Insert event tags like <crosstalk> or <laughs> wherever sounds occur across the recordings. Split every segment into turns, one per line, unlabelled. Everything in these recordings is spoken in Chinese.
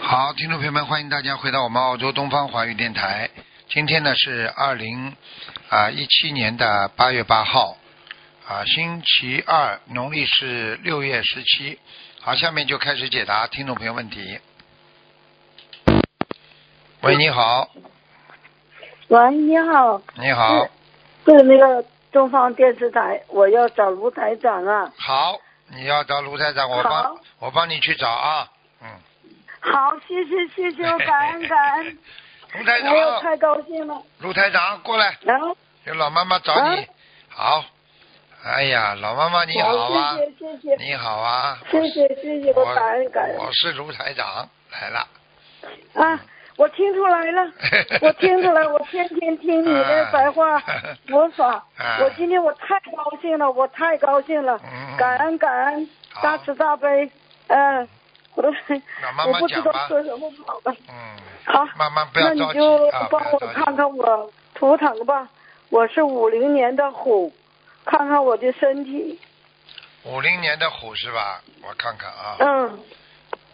好，听众朋友们，欢迎大家回到我们澳洲东方华语电台。今天呢是二零啊一七年的八月八号啊，星期二，农历是六月十七。好，下面就开始解答听众朋友问题。喂，你好，
喂，你好，
你好，
嗯是那个东方电视台，我要找卢台长啊。
好，你要找卢台长，我帮
好
我帮你去找啊。嗯，
好，谢谢谢
<laughs>
谢，我感恩感恩，
卢台
哎呦，
长，
太高兴了。
卢台长过来，
然后，
有老妈妈找你
啊。
好，哎呀，老妈妈你好啊。
谢谢谢谢
你好啊，
谢谢谢谢，我
我
感恩感恩
我是卢台长来了，
啊！我听出来
<laughs>
了，我听出来，我天天听你的白
<laughs>
话佛法
啊，
我今天我太高兴了，我太高兴了
嗯，
感恩感恩，
好
大慈大悲，嗯，我
那慢慢
我不知
讲
道
吧
说什么好了。
嗯，
好，
慢慢不要
那你
着急
就
啊，不
帮
要
我
着急
看，看我图腾吧，我是五零年的虎，看看我的身体。
五零年的虎是吧？我看看啊，
嗯，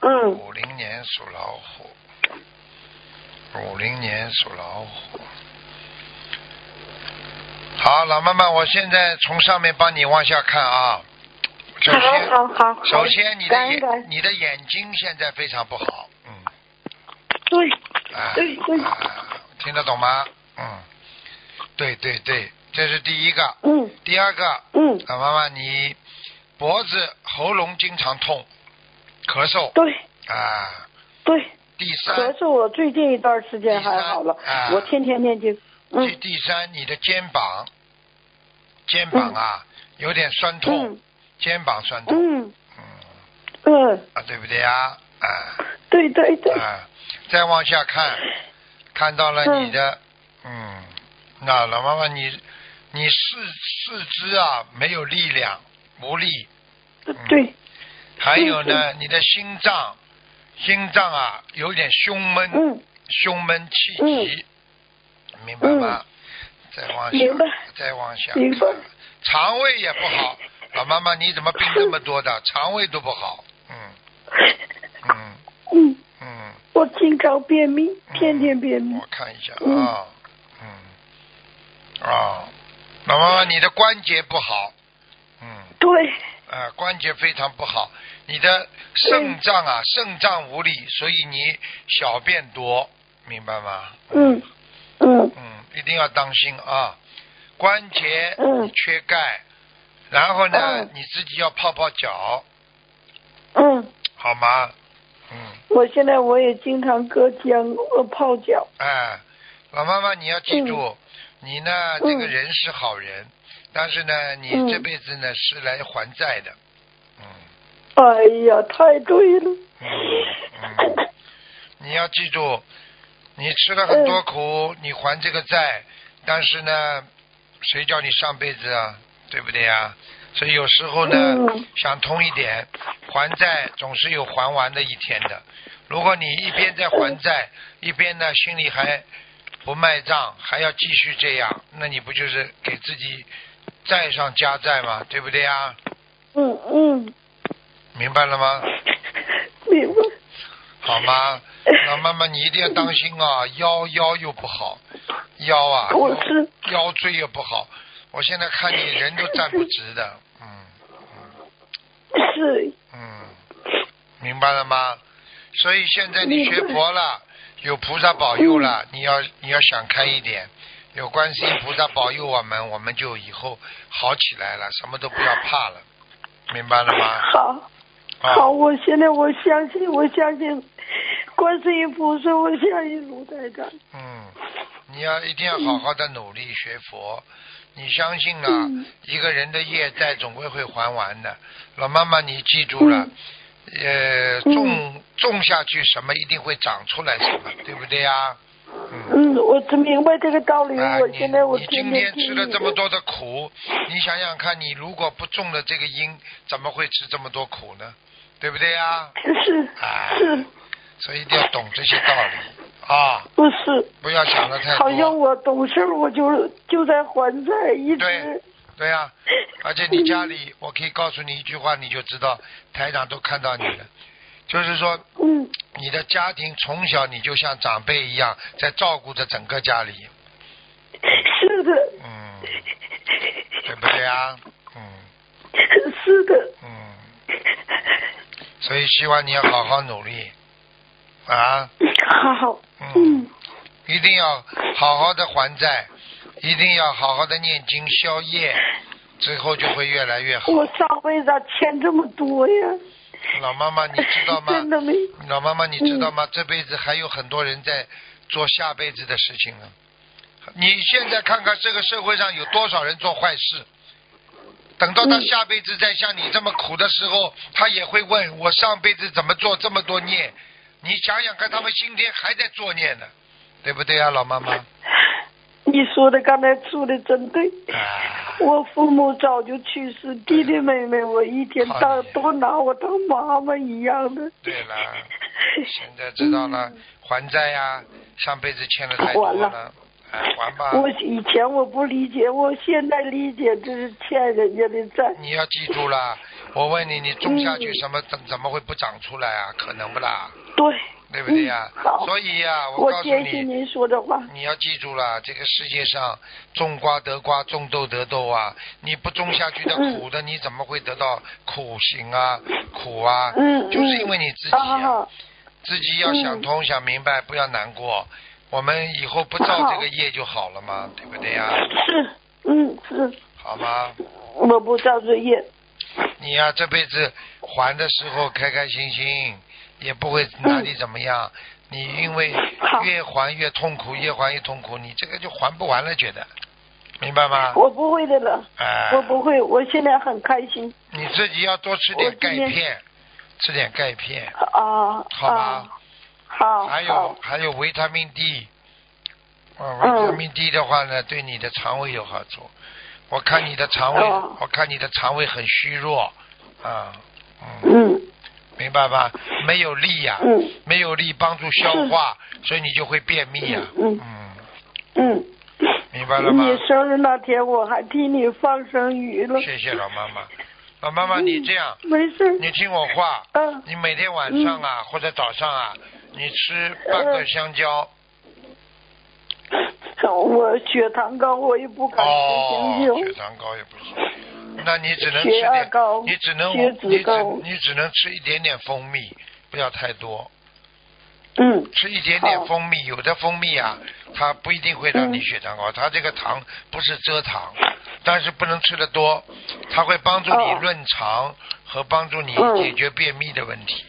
嗯，
五零年属老虎，五零年属老虎。好，老妈妈，我现在从上面帮你往下看啊。首
好
先，
好好好。
首先你的
感恩感
眼
恩，
你的眼睛现在非常不好，嗯。
对
啊
对对，
啊听得懂吗？嗯，对对对，这是第一个。
嗯
第二个，
嗯，
老妈妈，你脖子、喉咙经常痛，咳嗽
对
啊。
对，
第
咳
三，
嗽我最近一段时间还好了
第三啊，
我天天念经。嗯
第第三，你的肩膀，肩膀啊，有点酸痛
嗯，
肩膀酸痛，
嗯
嗯
嗯，
啊，对不对啊？啊
对对对，
啊，再往下看，看到了你的，嗯，那老妈妈你你四四肢啊没有力量，无力，
对
还有呢，
嗯
你的心脏心脏啊有点胸闷，
嗯
胸闷气急，明白吗？再往下
嗯明白，
再往下
明白
看，肠胃也不好，老妈妈你怎么病这么多的？肠胃都不好，嗯嗯
嗯，
嗯，
我经常便秘，天天便秘
我。看一下啊，嗯，啊，老妈妈，你的关节不好，嗯，
对
呃，关节非常不好，你的
嗯
肾脏啊，肾脏无力，所以你小便多，明白吗？
嗯嗯
嗯，一定要当心啊，关节
嗯
你缺钙，然后呢
嗯，
你自己要泡泡脚，
嗯。
好吗？嗯，
我现在我也经常割姜呃泡脚，
哎，老妈妈，你要记住，你呢这个
嗯
人是好人，但是呢，你
嗯
这辈子呢是来还债的，嗯，
哎呀，太对了。
嗯嗯你要记住，你吃了很多苦，你还这个债，但是呢，谁叫你上辈子啊，对不对呀？所以有时候呢，
嗯
想通一点，还债总是有还完的一天的。如果你一边在还债，一边呢心里还不卖账，还要继续这样，那你不就是给自己债上加债吗？对不对呀？
嗯嗯，
明白了吗？
明白。
好
<laughs>
吗？老妈妈，你一定要当心啊，腰腰又不好，腰啊，
我是
腰椎也不好。我现在看你人都站不直的，嗯
是，
嗯，明白了吗？所以现在你学佛了，有菩萨保佑了，你要你要想开一点，有观世音菩萨保佑我们，我们就以后好起来了，什么都不要怕了，明白了吗？
好，
啊
好，我现在我相信，我相信观世音菩萨，我相信卢台长。
嗯，你要一定要好好的努力学佛，你相信了、
嗯
一个人的业债总归会还完的。老妈妈，你记住
嗯
了，呃，种种下去什么一定会长出来什么，对不对呀？嗯。
嗯，我只明白这个道理。
啊，
我
你
现在我
你
天
今
天
天
听
吃
你
了
的。
这么多的苦，你想想看，你如果不种了这个因，怎么会吃这么多苦呢？对不对呀？
是
啊，
是，
所以一定要懂这些道理啊，
不是？
不要想的太多。
好像我懂事儿，我就就在还债，一
对
直。
对呀、而且你家里，我可以告诉你一句话，你就知道台长都看到你了。就是说，
嗯，
你的家庭从小你就像长辈一样，在照顾着整个家里，
是的，
嗯，对不对啊？嗯
是的，
嗯，所以希望你要好好努力啊，
好，
嗯
嗯，，
一定要好好的还债，一定要好好的念经消业，之后就会越来越好。
我上辈子咋欠这么多呀？
老妈妈，你知道吗
真？的没，
老妈妈，你知道吗？这辈子还有很多人在做下辈子的事情呢。你现在看看这个社会上有多少人做坏事，等到他
嗯
下辈子再像你这么苦的时候，他也会问我上辈子怎么做这么多孽？你想想看，他们今天还在作孽呢，对不对啊，老妈妈？
你说的刚才说的真对。
啊，
我父母早就去世，弟弟妹妹我一天
好
当
的
都拿我当妈妈一样的。
哎对
<laughs>
了，现在知道了，还债呀、上辈子欠了太多
还了
了，哎，还吧。
嗯我以前我不理解，我现在理解这是欠人家的债。
你要记住了，我问你，你种下去
嗯
什么怎怎么会不长出来啊？可能不啦，
对，
对不对呀、
嗯好
所以呀、
我
告诉
坚信
你，
您说的话。
你要记住了，这个世界上种瓜得瓜，种豆得豆啊！你不种下去的
嗯
苦的，你怎么会得到苦行啊、苦啊？
嗯，
就是因
嗯
为你自己、
啊
啊
好好
自己要想通、想明白，不要难过。我们以后不造这个业就好了嘛，对不对呀、
是，嗯是，
好吗？
我不造作业。
你呀、这辈子还的时候开开心心，也不会哪里怎么样。你因为
好
越还越痛苦，越还越痛苦，你这个就还不完了，觉得，明白吗？
我不会的了，
哎、
我不会，我现在很开心
你自己要多吃点
我今
钙
天
片，吃点钙片，
啊
好吧
啊，好，
还有
好，
还有维他命 D。啊，维
嗯
他命 D 的话呢，对你的肠胃有好处。我看你的肠胃，
哦
我看你的肠胃很虚弱，啊，嗯，
嗯
明白吧？没有力呀、
嗯
没有力帮助消化，所以你就会便秘呀、
嗯
嗯，
嗯。
明白了吗？
你生日那天我还替你放生鱼了。
嗯谢谢老妈妈，老妈
嗯
妈，你这样，
没事儿。
你听我话，
嗯 <laughs>
你每天晚上啊、或者早上啊，你吃半个香蕉，
我血糖高，我也不敢
哦
吃，香
血
蕉。
糖高也不行，那你只能吃
血压
点
高，
你只能
血
你
脂
只
高
你只能吃一点点蜂蜜，不要太多，
嗯
吃一点点
好
蜂蜜，有的蜂蜜啊，它不一定会让你
嗯
血糖高，它这个糖不是蔗糖，但是不能吃的多，它会帮助你
哦
润肠和帮助你
嗯
解决便秘的问题。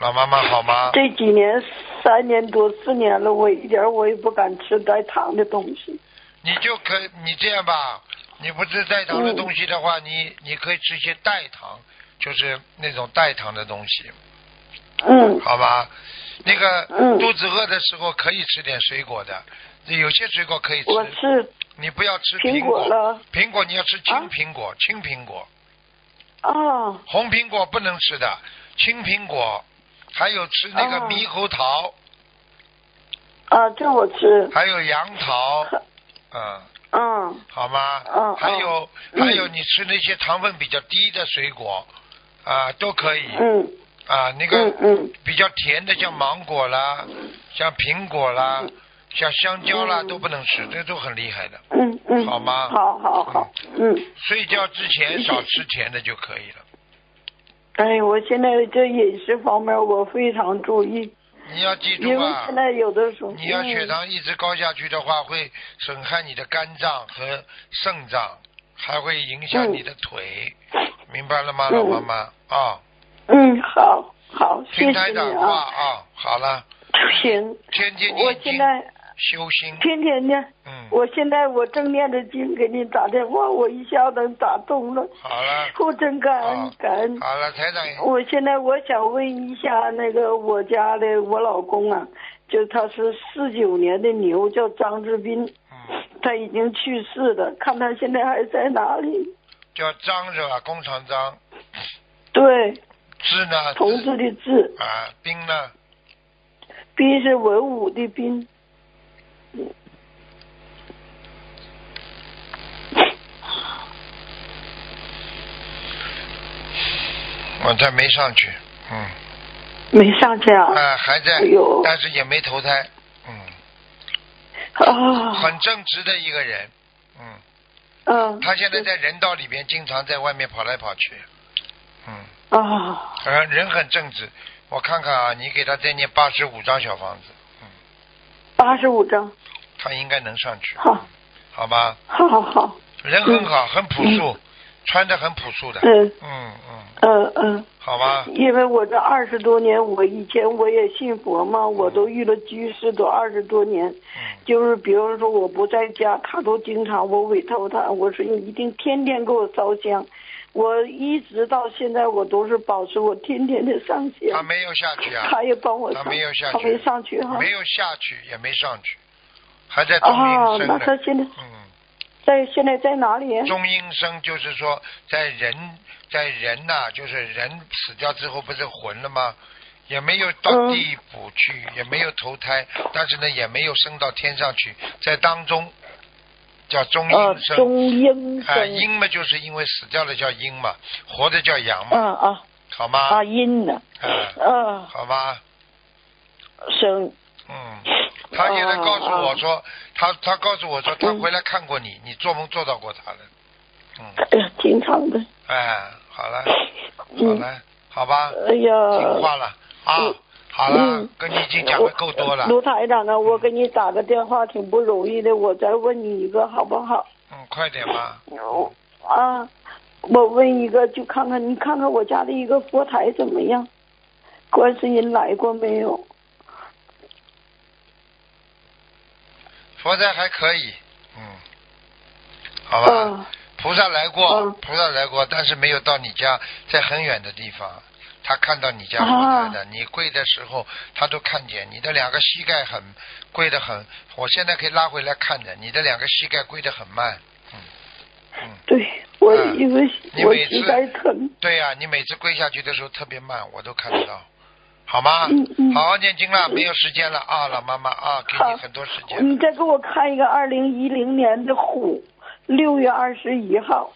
老妈妈好吗？
这几年三年多四年了，我一点儿我也不敢吃带糖的东西。
你就可你这样吧，你不吃代糖的东西的话，
嗯
你你可以吃一些代糖，就是那种代糖的东西，
嗯
好吧？那个
嗯
肚子饿的时候可以吃点水果的，有些水果可以吃，
我吃
你不要吃
苹果了
苹果你要吃青
啊
苹果，青苹果，
啊
红苹果不能吃的，青苹果，还有吃那个
哦
猕猴桃，
啊，这我吃。
还有杨桃，
<laughs>
嗯，
嗯
好吗？
嗯
还有、
嗯
还有，你吃那些糖分比较低的水果，啊，都可以，
嗯
啊，那
嗯
个
嗯
比较甜的，像芒果啦，像苹果啦，像香蕉啦，
嗯
都不能吃，这都很厉害的。
嗯嗯。
好吗
好好好，嗯。
睡觉之前少吃甜的就可以了。
哎，我现在这饮食方面我非常注意，
你要记
因
住
为
啊
现，在有的时候
你要血糖一直高下去的话，会损害你的肝脏和肾脏，还会影响
嗯
你的腿，明白了吗，
嗯
老妈妈？啊、
嗯，好好，谢
听
谢
台
你
长话
啊。
啊，好了，
行，
天天
我
念经
现在
修心，
天天呢，
嗯，
我现在我正念着经给你打电话，我一下能打通了，
好了，
我真感恩
好
感恩。
好了，台长，
我现在我想问一下那个我家的我老公啊，就他是四九年的牛，叫张志斌，
嗯，
他已经去世了，看他现在还在哪里？
叫张是吧？工厂张，
对，
志呢？
同志的志，
啊，兵呢？
斌是文武的斌。
我这没上去，嗯，
没上去啊？
啊，还在
哎呦，
但是也没投胎，嗯，
啊，
很正直的一个人，嗯，
嗯，
他现在在人道里边，经常在外面跑来跑去，嗯，
啊，
呃，人很正直。我看看啊，你给他再念八十五张小房子，
八十五张，
他应该能上去，
好，
好吧？
好好好，
人很好，很朴素，穿的很朴素的，
嗯
嗯嗯，
嗯嗯，
好吧，
因为我这二十多年，我以前我也信佛嘛，我都遇了居士都二十多年，
嗯
就是比方说我不在家，他都经常我委托他，我说你一定天天给我烧香，我一直到现在我都是保持我天天的上
他
香，
没有下去啊，
他也帮我
他
上，
没有下去
他没上去哈，
没有下去也没上去，还在中
啊，
阴身
那
呢
他，现在
嗯。
在现在在哪里？
中阴身就是说，在人在人呐、就是人死掉之后不是魂了吗？也没有到
嗯
地府去，也没有投胎，但是呢，也没有升到天上去，在当中叫中
呃
阴，身。
中阴
啊，
身，
阴嘛，就是因为死掉了叫阴嘛，活的叫阳嘛，
嗯啊
好吗？
啊阴呢，
啊，
嗯
好吧，
生，
嗯。他现在告诉我
啊
说，他他告诉我说，他
嗯
回来看过你，你做梦做到过他了，嗯，
哎呀，挺长的，
哎，好了。好
嗯，
了，好吧，
哎呀，
听话了啊
嗯，
好了
嗯，
跟你已经讲的够多了，
卢台长啊，我给你打个电话挺不容易的，我再问你一个好不好？
嗯，快点吧，
啊，我问一个，就看看你看看我家的一个佛台怎么样？观世音来过没有？
佛台还可以，嗯，好吧，
嗯
菩萨来过
嗯，
菩萨来过，但是没有到你家，在很远的地方。他看到你家佛台
啊
的，你跪的时候他都看见，你的两个膝盖很跪得很，我现在可以拉回来看的，你的两个膝盖跪得很慢，
对，我
嗯
因为
你
我
每次
膝盖疼， <laughs>
对呀、你每次跪下去的时候特别慢，我都看得到，好吗？
嗯嗯
好好念经了，没有时间了啊，老妈妈啊，给
好嗯
你很多时间了。
你再给我看一个二零一零年的虎，六月二十一号。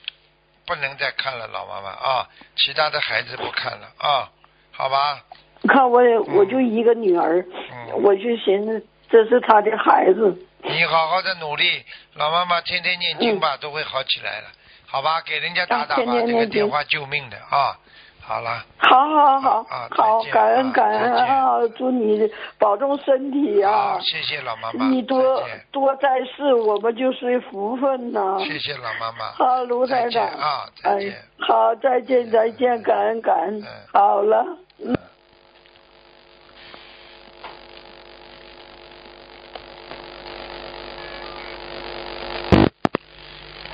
不能再看了，老妈妈啊，其他的孩子不看了啊，好吧？
你看我也我就一个女儿，
嗯
我就寻思这是她的孩子。
你好好的努力，老妈妈天天念经吧，都会好起来了，好吧？给人家打打吧，
啊天天
这个
念经
电话救命的啊。好了，
好好好
啊
好
再，见
感恩感
啊
恩
再见
啊！祝你保重身体啊
好，！谢谢老妈妈，
你多
再见，
多在世，我们就是福分呐、
谢谢老妈妈，
啊好，卢台长
再见啊再
哎
见，
好，再见再见，感恩感恩
嗯，
好了。嗯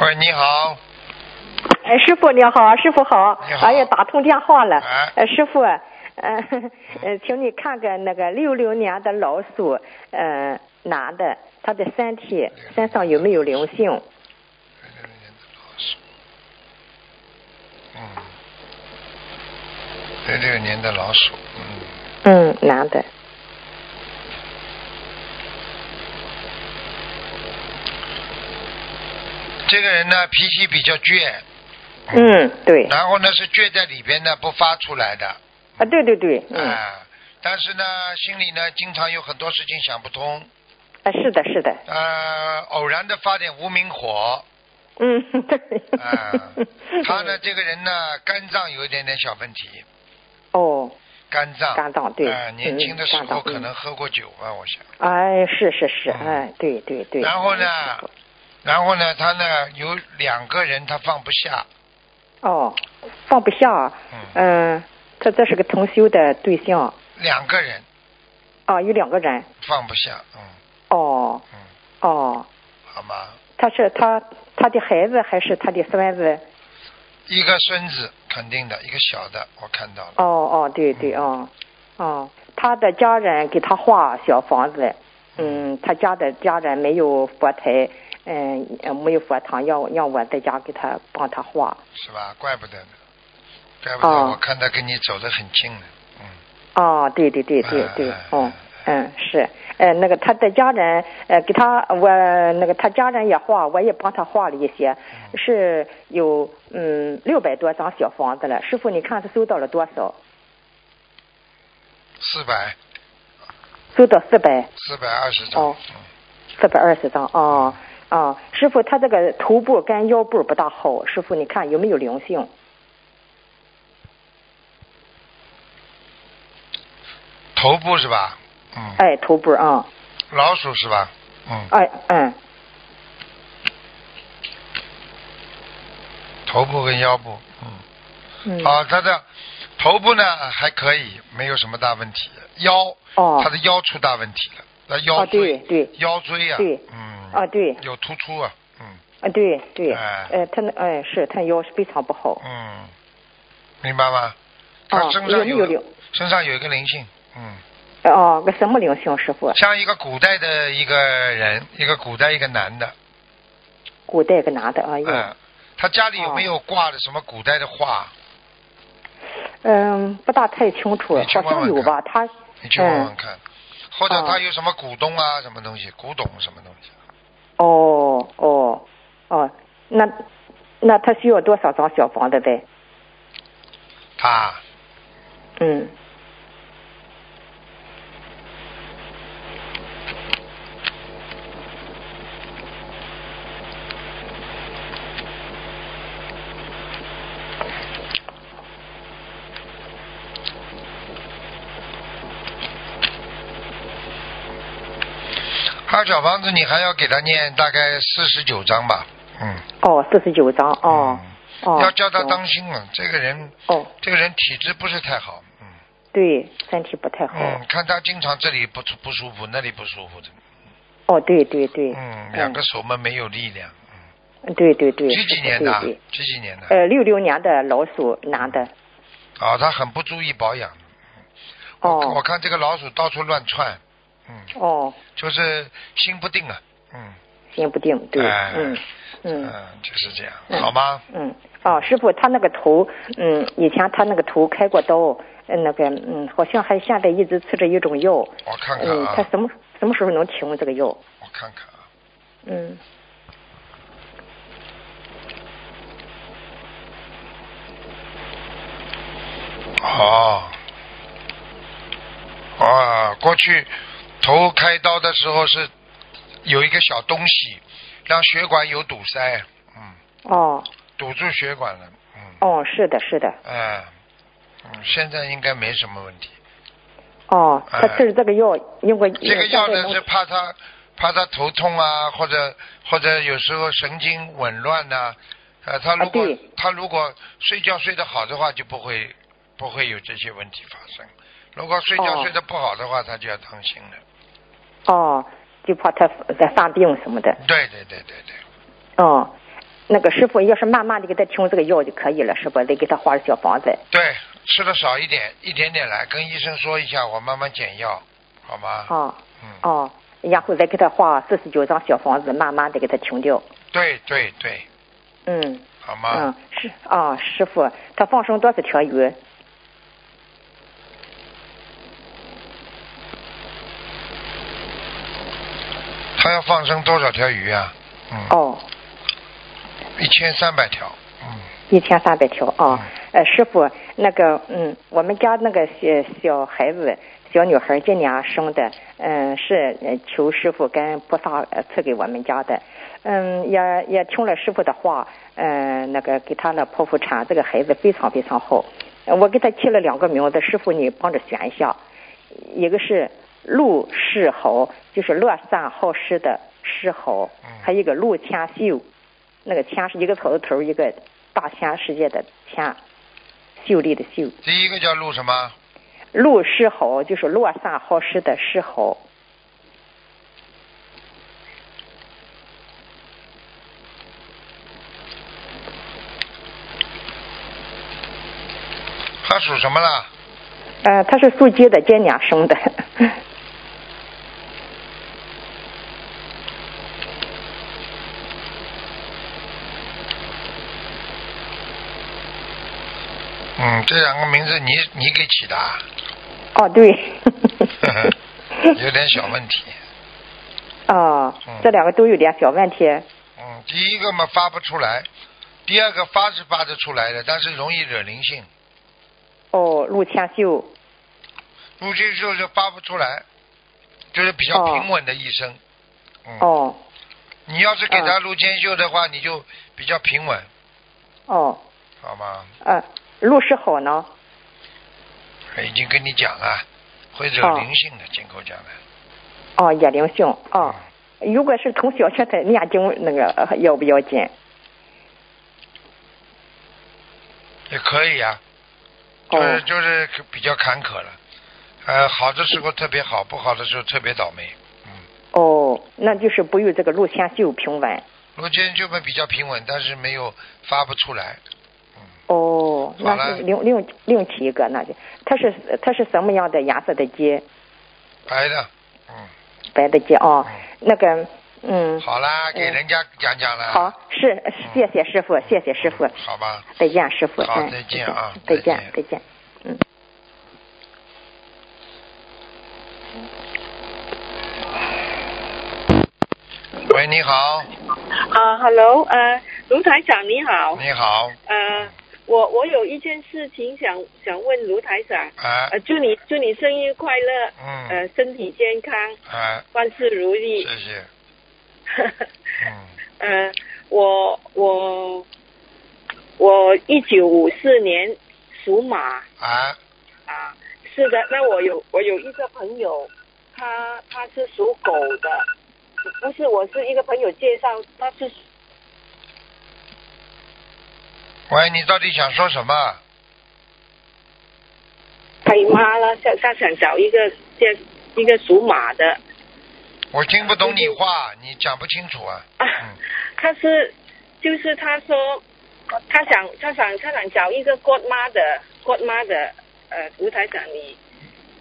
喂，你好，
啊
哎，师傅你好，师傅好
你，好
哎呀，打通电话了，
哎
呃，师傅，呃，呃，请你看看那个六六年的老鼠，呃，男的，他的身体身上有没有灵性？
嗯，六六年的老鼠，嗯，
嗯，男的，
这个人呢脾气比较倔，
嗯，对，
然后呢是倔在里边呢不发出来的，
啊，对对对，
啊、
嗯，
但是呢心里呢经常有很多事情想不通，
啊，是的，是的，
呃，偶然的发点无名火，
嗯，对， <laughs>
啊、他呢，这个人呢肝脏有一点点小问题，
哦，
肝脏，
肝脏对
啊、年轻的时
嗯
候
肝脏嗯
可能喝过酒吧，我想，
哎，是是是，
嗯
哎，对对对，嗯
然后呢然后呢他呢有两个人他放不下，
哦，放不下，
嗯，
嗯，他这是个同修的对象，
两个人
啊，有两个人。
放不下，嗯
哦
嗯，
哦，
好吗？
他是他他的孩子还是他的孙子？
一个孙子肯定的，一个小的我看到了。
哦哦，对对哦哦，他的家人给他画小房子，嗯，他家的家人没有佛台，嗯，呃没有佛堂，要让我在家给他帮他画。
是吧？怪不得呢，怪不得
哦
我看他跟你走得很近呢。嗯，
哦，对对对
哎
对对，哦，嗯是，呃那个他的家人，呃给他我那个他家人也画，我也帮他画了一些，
嗯
是有嗯六百多张小房子了。师傅你看他收到了多少？
四百
收到四百
四百二十张。
哦
嗯
四百二十张哦哦，师傅他这个头部跟腰部不大好，师傅你看有没有灵性？
头部是吧？嗯。
哎，头部啊、
老鼠是吧？嗯。
哎嗯
头部跟腰部，嗯。
嗯
啊，他的头部呢还可以，没有什么大问题。腰，
哦
他的腰出大问题了，他腰
啊
椎，
对对
腰椎啊，
对
嗯，
啊对
有突出啊，嗯
啊对对，
哎
呃他那哎是他腰是非常不好，
嗯，明白吗？他
啊
身
有
上
没有
有
灵？
身上有一个灵性，嗯，
哦个什么灵性师傅？
像一个古代的一个人，一个古代一个男的，
古代个男的啊有，
嗯，他家里有没有挂的什么古代的画？
嗯不大太清楚，
你去
好
问问
像有吧？他
你去问问
嗯
看，或者他
啊
有什么股东啊，什么东西，古董什么东西？
哦哦哦，那那他需要多少张小房子呗？
他啊。
嗯，
他小房子你还要给他念大概四十九章吧，嗯，
哦四十九张哦、哦，
要叫他
行
当心啊，这个人，
哦
这个人体质不是太好，嗯
对身体不太好、
嗯，看他经常这里不舒不舒服，那里不舒服的，
哦对对对
嗯，两个手嘛没有力量，
嗯对对对
几几年的啊
对对？
几几年的？
呃六六年的老鼠男的
啊，他很不注意保养，我我
哦
看这个老鼠到处乱窜，嗯，
哦
就是心不定啊，嗯
心不定对、
哎
嗯嗯
嗯，就是这样，
嗯
好吗？
嗯哦师傅他那个头嗯以前他那个头开过刀呃那个嗯好像还现在一直吃着一种药
我看看
嗯
啊
他，什么什么时候能停这个药
我看看啊，
嗯
哦，啊，过去头开刀的时候是有一个小东西，让血管有堵塞，嗯，
哦
堵住血管了，嗯，
哦是的是的
哎、嗯，现在应该没什么问题。
哦他
哎
吃了这个呃药应该
这个药
现在
呢
能
是怕他怕他头痛啊，或者或者有时候神经紊乱呐、呃，他如果、
啊对
他如果睡觉睡得好的话，就不会不会有这些问题发生。如果睡觉
哦
睡得不好的话，他就要当心了。
哦，就怕他再犯病什么的。
对对对对对，
哦，那个师傅要是慢慢的给他停这个药就可以了，是吧？得给他画小房子。
对吃的少一点，一点点来，跟医生说一下，我慢慢减药，好吗？
哦
嗯，
哦，然后再给他画四十九张小房子，慢慢的给他停掉。
对对对，
嗯
好吗？
嗯，是啊、师傅，他放生多少条鱼？
他要放生多少条鱼啊？嗯，
哦，
一千三百条。嗯，
一千三百条啊、哦呃，师傅，那个嗯，我们家那个小小孩子。小女孩今年生的，嗯，是呃求师傅跟菩萨呃赐给我们家的，嗯，也也听了师傅的话，嗯，那个给他的剖腹产，这个孩子非常非常好，呃我给他起了两个名字，师傅你帮着选一下，一个是陆世豪，就是乐善好施的施豪
嗯，
还有一个陆千秀，那个千是一个草字头，一个大千世界的千，秀丽的秀。
第一个叫录什么？
陆世豪就是洛萨好施的施豪。
他属什么了？
呃，他是属鸡的，今年生的。 <laughs>
嗯，这两个名字你你给起的
<laughs>
啊，
哦，
<laughs>
对。
有点小问题。
哦，这两个都有点小问题。
嗯，第一个嘛发不出来，第二个发是发得出来的，但是容易惹灵性。
哦，陆千秀。
入去之后就发不出来，就是比较
哦
平稳的医生。嗯，
哦
你要是给他
嗯
录监修的话，你就比较平稳，
哦，
好吗？
呃，陆师好呢？
已经跟你讲了，会惹
哦
灵性的，金口讲的。嗯
哦，也灵性哦。如果是从小学在念经，那个呃要不要紧？
也可以啊，就
哦
是就是比较坎坷了，呃，好的时候特别好，不好的时候特别倒霉。嗯
哦，那就是不与这个路线就平稳。
录监修们比较平稳，但是没有发不出来。嗯
哦，
好
那
嘞
是另另另起一个，那就它是它是什么样的颜色的鸡？
白的，嗯，
白的鸡啊、哦
嗯
那个嗯，
好啦，给人家讲讲了。
好，是谢谢师傅，谢谢师傅，
好吧。
再见师傅，
好
嗯，
再见啊
再
再
见
见，
再见。
喂，你好，
啊，Hello，呃，卢台长你好，
你好，哎
呃，我我有一件事情想想问卢台长，
啊，
呃，祝你祝你生日快乐，
嗯，
呃，身体健康，
啊，
万事如意。
谢谢，
<laughs>
嗯，
呃，我我我一九五四年属马
啊，
啊，是的，那我有我有一个朋友，他他是属狗的，不是我是一个朋友介绍，他是
喂，你到底想说什么？
黑妈了，想他想找一个这一个属马的。
我听不懂你话，你讲不清楚啊。
啊
嗯，
他是就是他说他想他想他想找一个 godmother godmother 呃吴台长你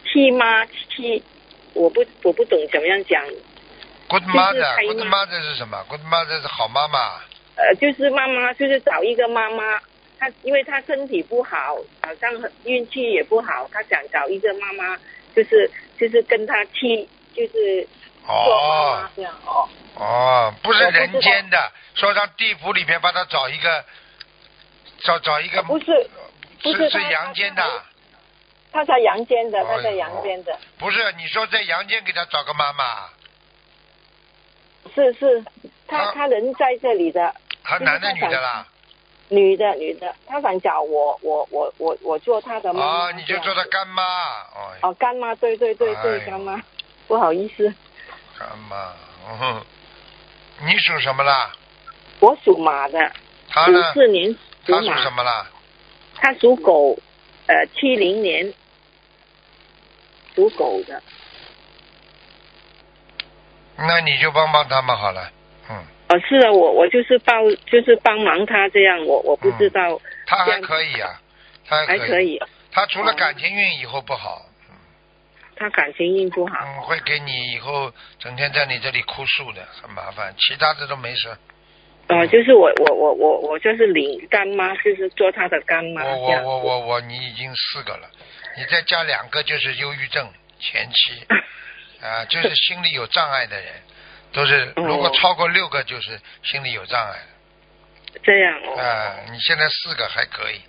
替妈替我不我不懂怎么样讲
Good
就是
mother，Good
陪妈
mother 是什么？Good mother 是好妈妈。
呃就是妈妈就是找一个妈妈她因为她身体不好好像很运气也不好她想找一个妈妈就是就是跟她替就是做妈
哦
妈这样哦
哦，不是
我不知道
人间的，说上地府里面帮他找一个，找找一个，
不是不
是
是
是
他
阳间的，
她在阳间的她
哎
在
呦
阳间的
不是你说在阳间给他找个妈妈，
是是，他
啊
他人在这里的，
他
就是
男的
他
女
想
的啦？
女的女的，他想找我我我我我做他的妈妈
哦，你就
这
做
样
他干妈，哦，
哦干妈，对对对对
哎
干妈，不好意思，
干妈，嗯，你属什么啦？
我属马的，
他呢
五？四年属
啊他属什
马，
么啦？
他属狗，呃七零年属狗的，
那你就帮帮他们好了，嗯，
哦是啊，我我就是帮就是帮忙他这样，我我不知道
他
这
还
样
可嗯以啊，他
还可以，
他除了
哦
感情运以后不好，
他感情运不好，
嗯，会给你以后整天在你这里哭诉的，很麻烦。其他的都没事。
呃就是我我我我我就是领干妈，就是做他的干妈
我
这
我
样。
我我我，你已经四个了，你再加两个就是忧郁症前期，啊，就是心理有障碍的人，都是
哦
如果超过六个就是心理有障碍
这样哦。
啊。你现在四个还可以，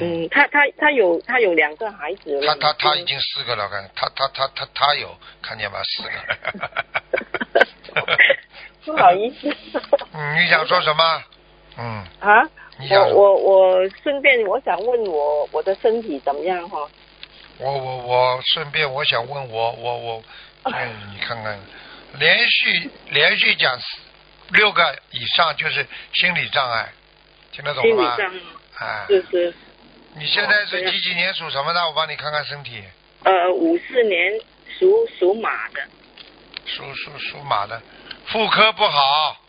嗯，他他他有他有两个孩子
他
了。
他他已经四个了，我看他他他他他有看见吗？四个。 <laughs>
不好意思
嗯你想说什么？嗯，
啊，
你想
我我我顺便我想问我我的身体怎么样哈、
我我我顺便我想问我我
哦
我，哎，你看看，连续连续讲四六个以上就是心理障碍，听得懂
心
了
理
吗？
上
哎，
就是
你现在是
哦
几几年属什么的？我帮你看看身体，
呃五四年属属马的
属属属马的，妇科不好，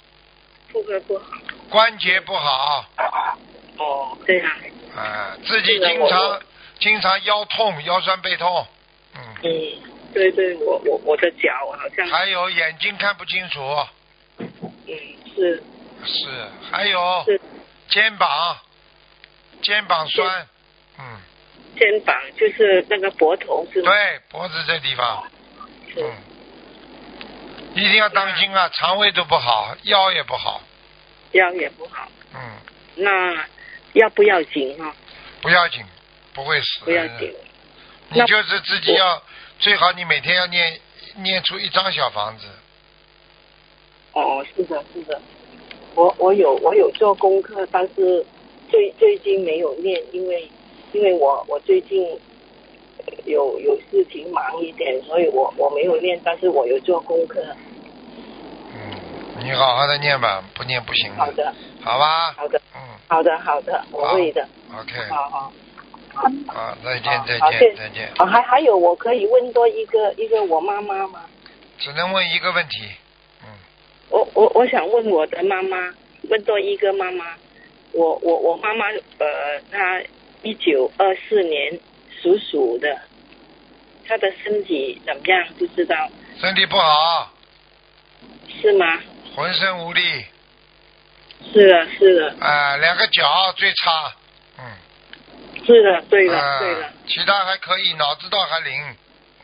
妇科不好
关节不好，
哦，这样
啊，自己
是的
经
我
常
我
经常腰痛、腰酸背痛，嗯，
嗯，对对，我我我的脚好像
还有眼睛看不清楚，
嗯是
是，还有
是
肩膀，肩膀酸，嗯，
肩膀就是那个脖头是吗？
对，脖子这地方，
是
嗯，一定要当心啊，肠胃都不好，腰也不好，
腰也不好，
嗯，
那要不要紧哈、
不要紧，不会死，
不要紧，
你就是自己要最好，你每天要念念出一张小房子。
哦，是的，是的，我我有我有做功课，但是最最近没有练，因为因为我我最近有有事情忙一点，所以我我没有练，但是我有做功课。
嗯，你好好的念吧，不念不行
好的，
好吧？
好的，
嗯
好的，好的，我会的。
，OK，
好好。
好，再见，
好
再
好
见，
谢
再见。
啊，还还有，我可以问多一个一个我妈妈吗？
只能问一个问题，嗯，
我我我想问我的妈妈，问多一个妈妈。我我我妈妈呃，她一九二四年属鼠的，她的身体怎么样不知道
身体不好，
是吗？
浑身无力，
是的，是的，
啊、两个脚最差，嗯，
是的，对了、
啊
对了，
其他还可以，脑子倒还灵，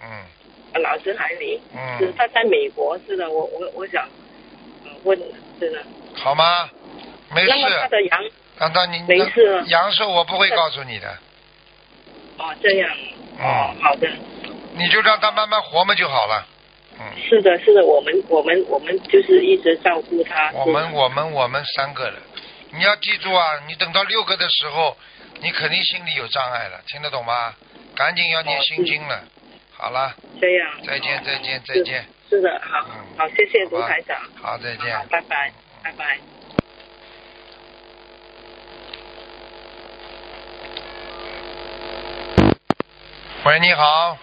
嗯
老师还没，是
嗯，
她在美国，是的，我我我想、呃问，是的。
好吗？没
那么她
事，
的阳
让他你
没事了
阳寿我不会告诉你的，
哦这样哦
嗯，
好的，
你就让他慢慢活嘛就好了，嗯，
是的，是的，我们我们我们就是一直照顾她。
我
是的
们我们我们三个人，你要记住啊，你等到六个的时候，你肯定心里有障碍了，听得懂吗？赶紧要念
哦
心经了，好了，
这样。
再见再见再
是
见，
是的，好
嗯
好，谢谢
好
卢
吧
台长，
好再见。
好，拜拜，拜拜。
喂，你好，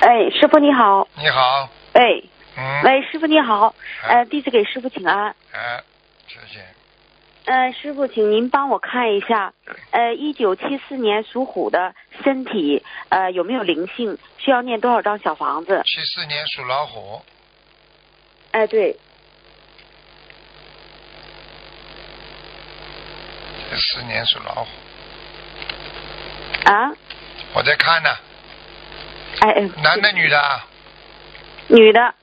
哎，师傅你好，
你好，
哎，
嗯，
喂，呃师傅你好，
哎
呃，弟子给师傅请安，
哎，谢谢，
呃，师傅，请您帮我看一下，呃，一九七四年属虎的身体，呃，有没有灵性？需要念多少张小房子？
七四年属老虎，
哎、对，
七四年属老虎，
啊，
我在看呢、
哎哎，
男的女的啊，
女的，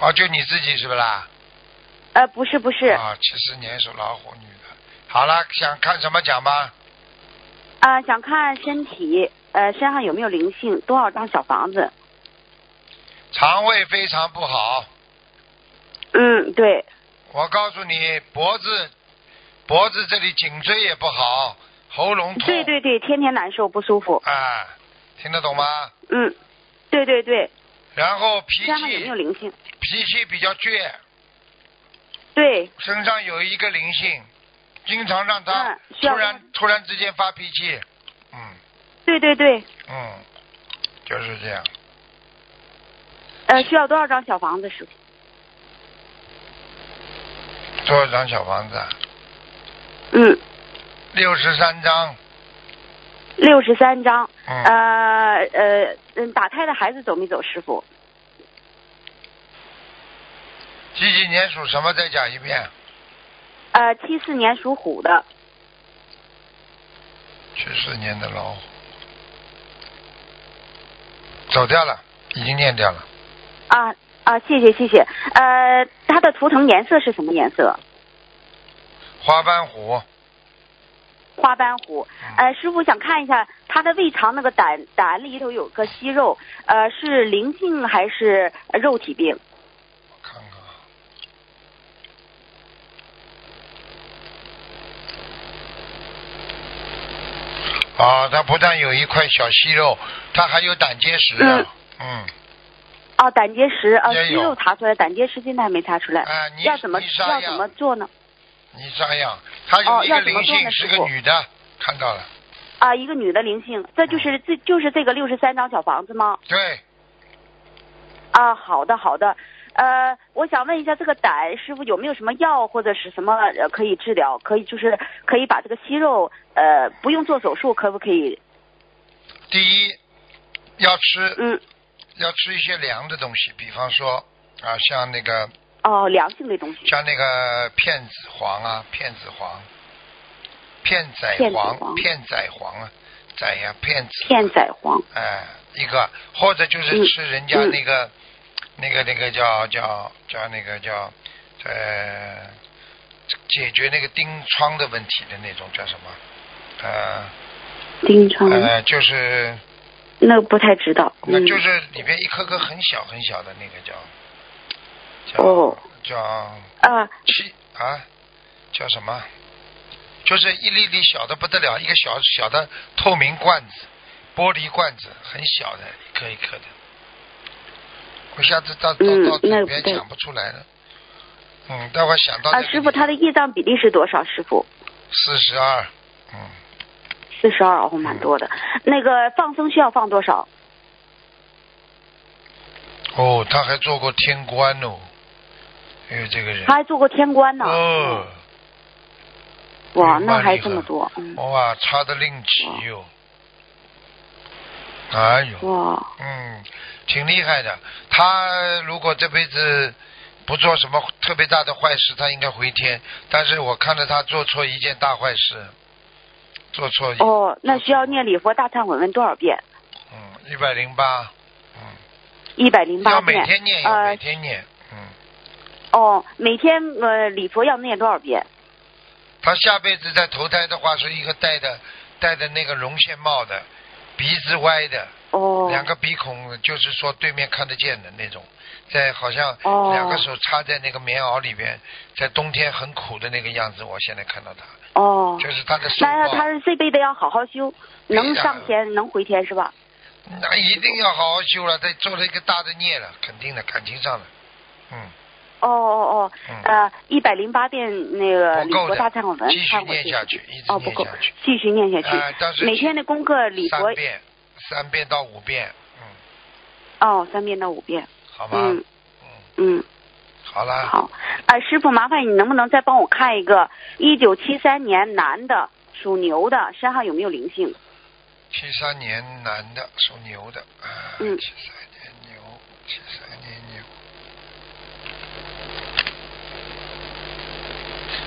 哦，就你自己是不啦？
呃，不是不是，啊、
啊，七四年属老虎，女的。好了，想看什么讲吧？
啊想看身体，呃，身上有没有灵性？多少张小房子？
肠胃非常不好，
嗯，对，
我告诉你，脖子、脖子这里、颈椎也不好，喉咙痛。
对对对，天天难受不舒服，
啊，听得懂吗？
嗯，对对对，
然后脾
身上有没有
气
灵性？
脾气比较倔，
对，
身上有一个灵性，经常让他
嗯需要
突然、突然之间发脾气，嗯
对对对，
嗯，就是这样。
呃，需要多少张小房子，师傅？
多少张小房子？啊？
嗯，
六十三张。
六十三张。
嗯，
呃呃，嗯，打胎的孩子走没走，师傅？
几几年属什么？再讲一遍。
呃，七四年属虎的，
七四年的老虎，走掉了，已经念掉了。
啊啊，谢谢谢谢。呃，它的图腾颜色是什么颜色？
花斑虎，
花斑
哦
虎。呃，师傅想看一下他的胃肠那个胆胆里头有个息肉，呃，是灵性还是肉体病？
我看看啊。啊，它不但有一块小息肉，它还有胆结石的。嗯，
哦，胆结石啊，
也
息
有
肉查出来，胆结石现在还没查出来，
啊你
呃要怎么
你商
要
量
怎么做呢？
你这样，它有
哦
一个
要怎么
灵
做
性，
呢
是
师
个
傅
女的，看到了。
啊，一个女的灵性，这
嗯
就是这就是这个六十三张小房子吗？
对，
啊，好的好的，呃，我想问一下这个胆师傅有没有什么药或者是什么呃可以治疗，可以就是可以把这个息肉呃不用做手术，可不可以？
第一要吃
嗯，
要吃一些凉的东西，比方说啊，像那个
哦，良性的东西，
像那个片子黄啊，片子黄，片仔
片子
黄，
黄
片仔黄啊，仔呀、片子，
片仔癀。
哎、一个，或者就是
嗯
吃人家
嗯
那个、那个那个叫叫叫那个叫呃，解决那个疔疮的问题的那种叫什么？呃，
丁香，
呃，就是
那不太知道。
那
嗯
就是里边一颗颗很小很小的那个叫，叫、
哦
叫
啊，
七啊，叫什么？就是一粒粒小的不得了，一个小小的透明罐子，玻璃罐子，很小的，一颗一颗的。我下次到到
嗯
到嘴
那
边
不对
讲不出来了。嗯，待会儿想到
啊，师傅，他的业障比例是多少？师傅，
四十二，嗯，
四十二，哦，蛮多的。那个放生需要放多少？
哦，他还做过天官哦，哎呦，这个人，
他还做过天官呢。
哦，
嗯哇，
明白
那还
厉害
这么多。嗯。
哇，差的令奇哟、哎呦，
哇，
嗯，挺厉害的。他如果这辈子不做什么特别大的坏事，他应该回天。但是我看着他做错一件大坏事，做错一，
哦，那需要念礼佛大忏悔文多少遍？
嗯，一百零八，嗯，
一百零八
要每
遍。
天念，要
呃
每天念，嗯。
哦，每天呃礼佛要念多少遍？
他下辈子再投胎的话，是一个戴的戴的那个绒线帽的，鼻子歪的，
哦，
两个鼻孔就是说对面看得见的那种，在好像
哦
两个手插在那个棉袄里边，在冬天很苦的那个样子，我现在看到他，
哦，
就是他的手啊
那
报
他，是这辈子要好好修，
对呀
能上天能回天是吧？
那一定要好好修了，他做了一个大的孽了，肯定的，感情上的，嗯
哦哦哦，
嗯，
呃，一百零八遍那个
不
礼
够
佛
的
大忏悔文，
继续
忏悔
念
记
下去，一直
哦，不
念
够
下去，，
继续念下去。
啊但是
每天的功课礼佛
三遍，三遍到五遍，嗯，
哦，三遍到五遍。
好吗？
嗯
嗯，
嗯，
好啦。
好。哎、师傅，麻烦你能不能再帮我看一个一九七三年男的属牛的身上有没有灵性？
七三年男的，属牛的，啊，
嗯
七三年牛，七三年牛。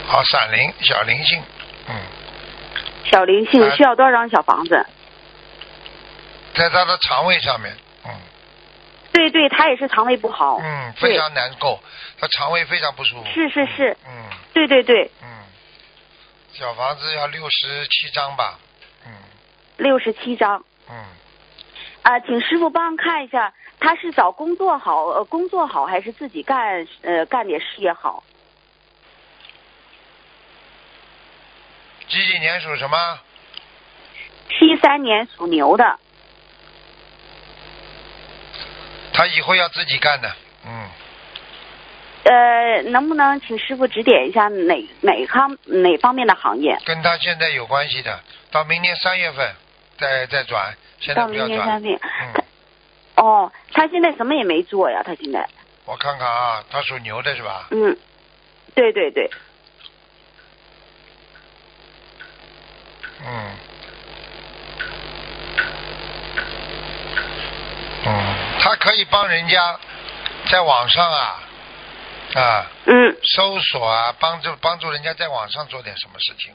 好，闪灵，小灵性，嗯，
小灵性
啊
需要多少张小房子？
在他的肠胃上面，嗯
对对，他也是肠胃不好。
嗯，
对
非常难受，他肠胃非常不舒服。
哦是是是，
嗯
对对对，
嗯，小房子要六十七张吧，嗯
六十七张
嗯，
啊，请师傅帮看一下，他是找工作好，呃，工作好还是自己干，呃，干点事业好？
几几年属什么？
七三年属牛的，
他以后要自己干的，嗯。
呃，能不能请师傅指点一下哪哪方哪方面的行业？
跟他现在有关系的，到明年三月份再再转，现在
到
不
明
要
年
转
三。月。
嗯，
哦，他现在什么也没做呀，他现在，
我看看啊，他属牛的是吧？
嗯，对对对，
嗯。嗯，他可以帮人家在网上啊啊
嗯，
搜索啊，帮助帮助人家在网上做点什么事情。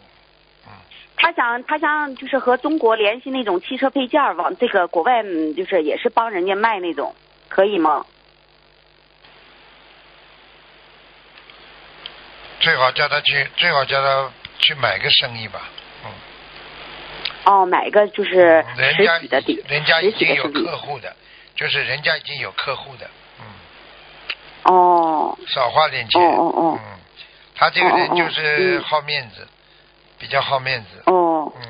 嗯
他想他想就是和中国联系那种汽车配件儿，往这个国外嗯就是也是帮人家卖那种，可以吗？
最好叫他去，最好叫他去买个生意吧。嗯，
哦，买个就是
人
实
家
体的地，
人家已
实体
经
的
有
生意
客户的，就是人家已经有客户的。嗯。
哦
少花点钱。
哦哦哦
嗯，他这个人就
哦哦
是
哦嗯
好面子，比较好面子。
哦，
嗯，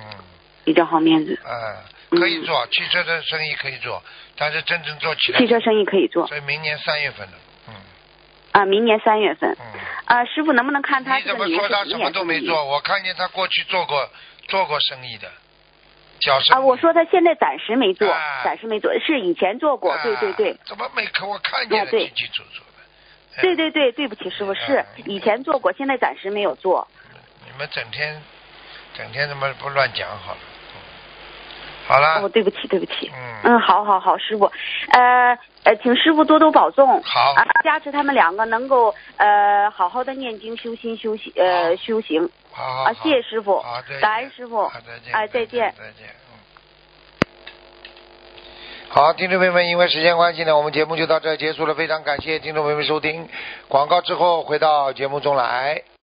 比较好面子。
啊，
嗯
可以做汽车的生意可以做，但是真正做起来，
汽车生意可以做
所以明年三月份了。嗯
啊，明年三月份
嗯，
啊，师傅能不能看他
哎你
这
怎
个
么
牛
说
是
他
什
什么
么颜
都
色的
没
牛
做？我看见他过去做过做过生意的，小生意
啊？我说他现在暂时没做
啊，
暂时没做，是以前做过，对对对
啊，怎么没看我看见了
啊对
清清楚楚的。哎啊
对对对，对不起师傅，是以前做过，现在暂时没有做。
你们整天整天他妈不乱讲好了。嗯好了。
哦，对不起对不起。
嗯
嗯，好好好，师傅，呃呃，请师傅多多保重。
好
啊，加持他们两个能够呃好好的念经修心修行
好
呃修行。
好好
啊
好，
谢谢师傅
好，再见
感恩师傅
好再见，
哎再见
再见，嗯。好，听众朋友们，因为时间关系呢，我们节目就到这儿结束了。非常感谢听众朋友们收听，广告之后回到节目中来。